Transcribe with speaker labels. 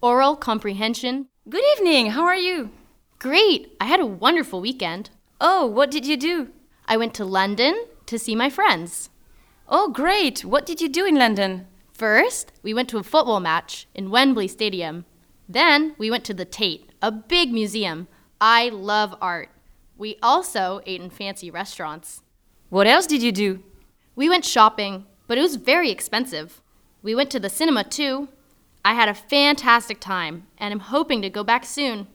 Speaker 1: oral comprehension.
Speaker 2: Good evening, how are you?
Speaker 1: Great! I had a wonderful weekend.
Speaker 2: Oh, what did you do?
Speaker 1: I went to London to see my friends.
Speaker 2: Oh, great! What did you do in London?
Speaker 1: First, we went to a football match in Wembley Stadium. Then, we went to the Tate, a big museum. I love art. We also ate in fancy restaurants.
Speaker 2: What else did you do?
Speaker 1: We went shopping, but it was very expensive. We went to the cinema too. I had a fantastic time and am hoping to go back soon.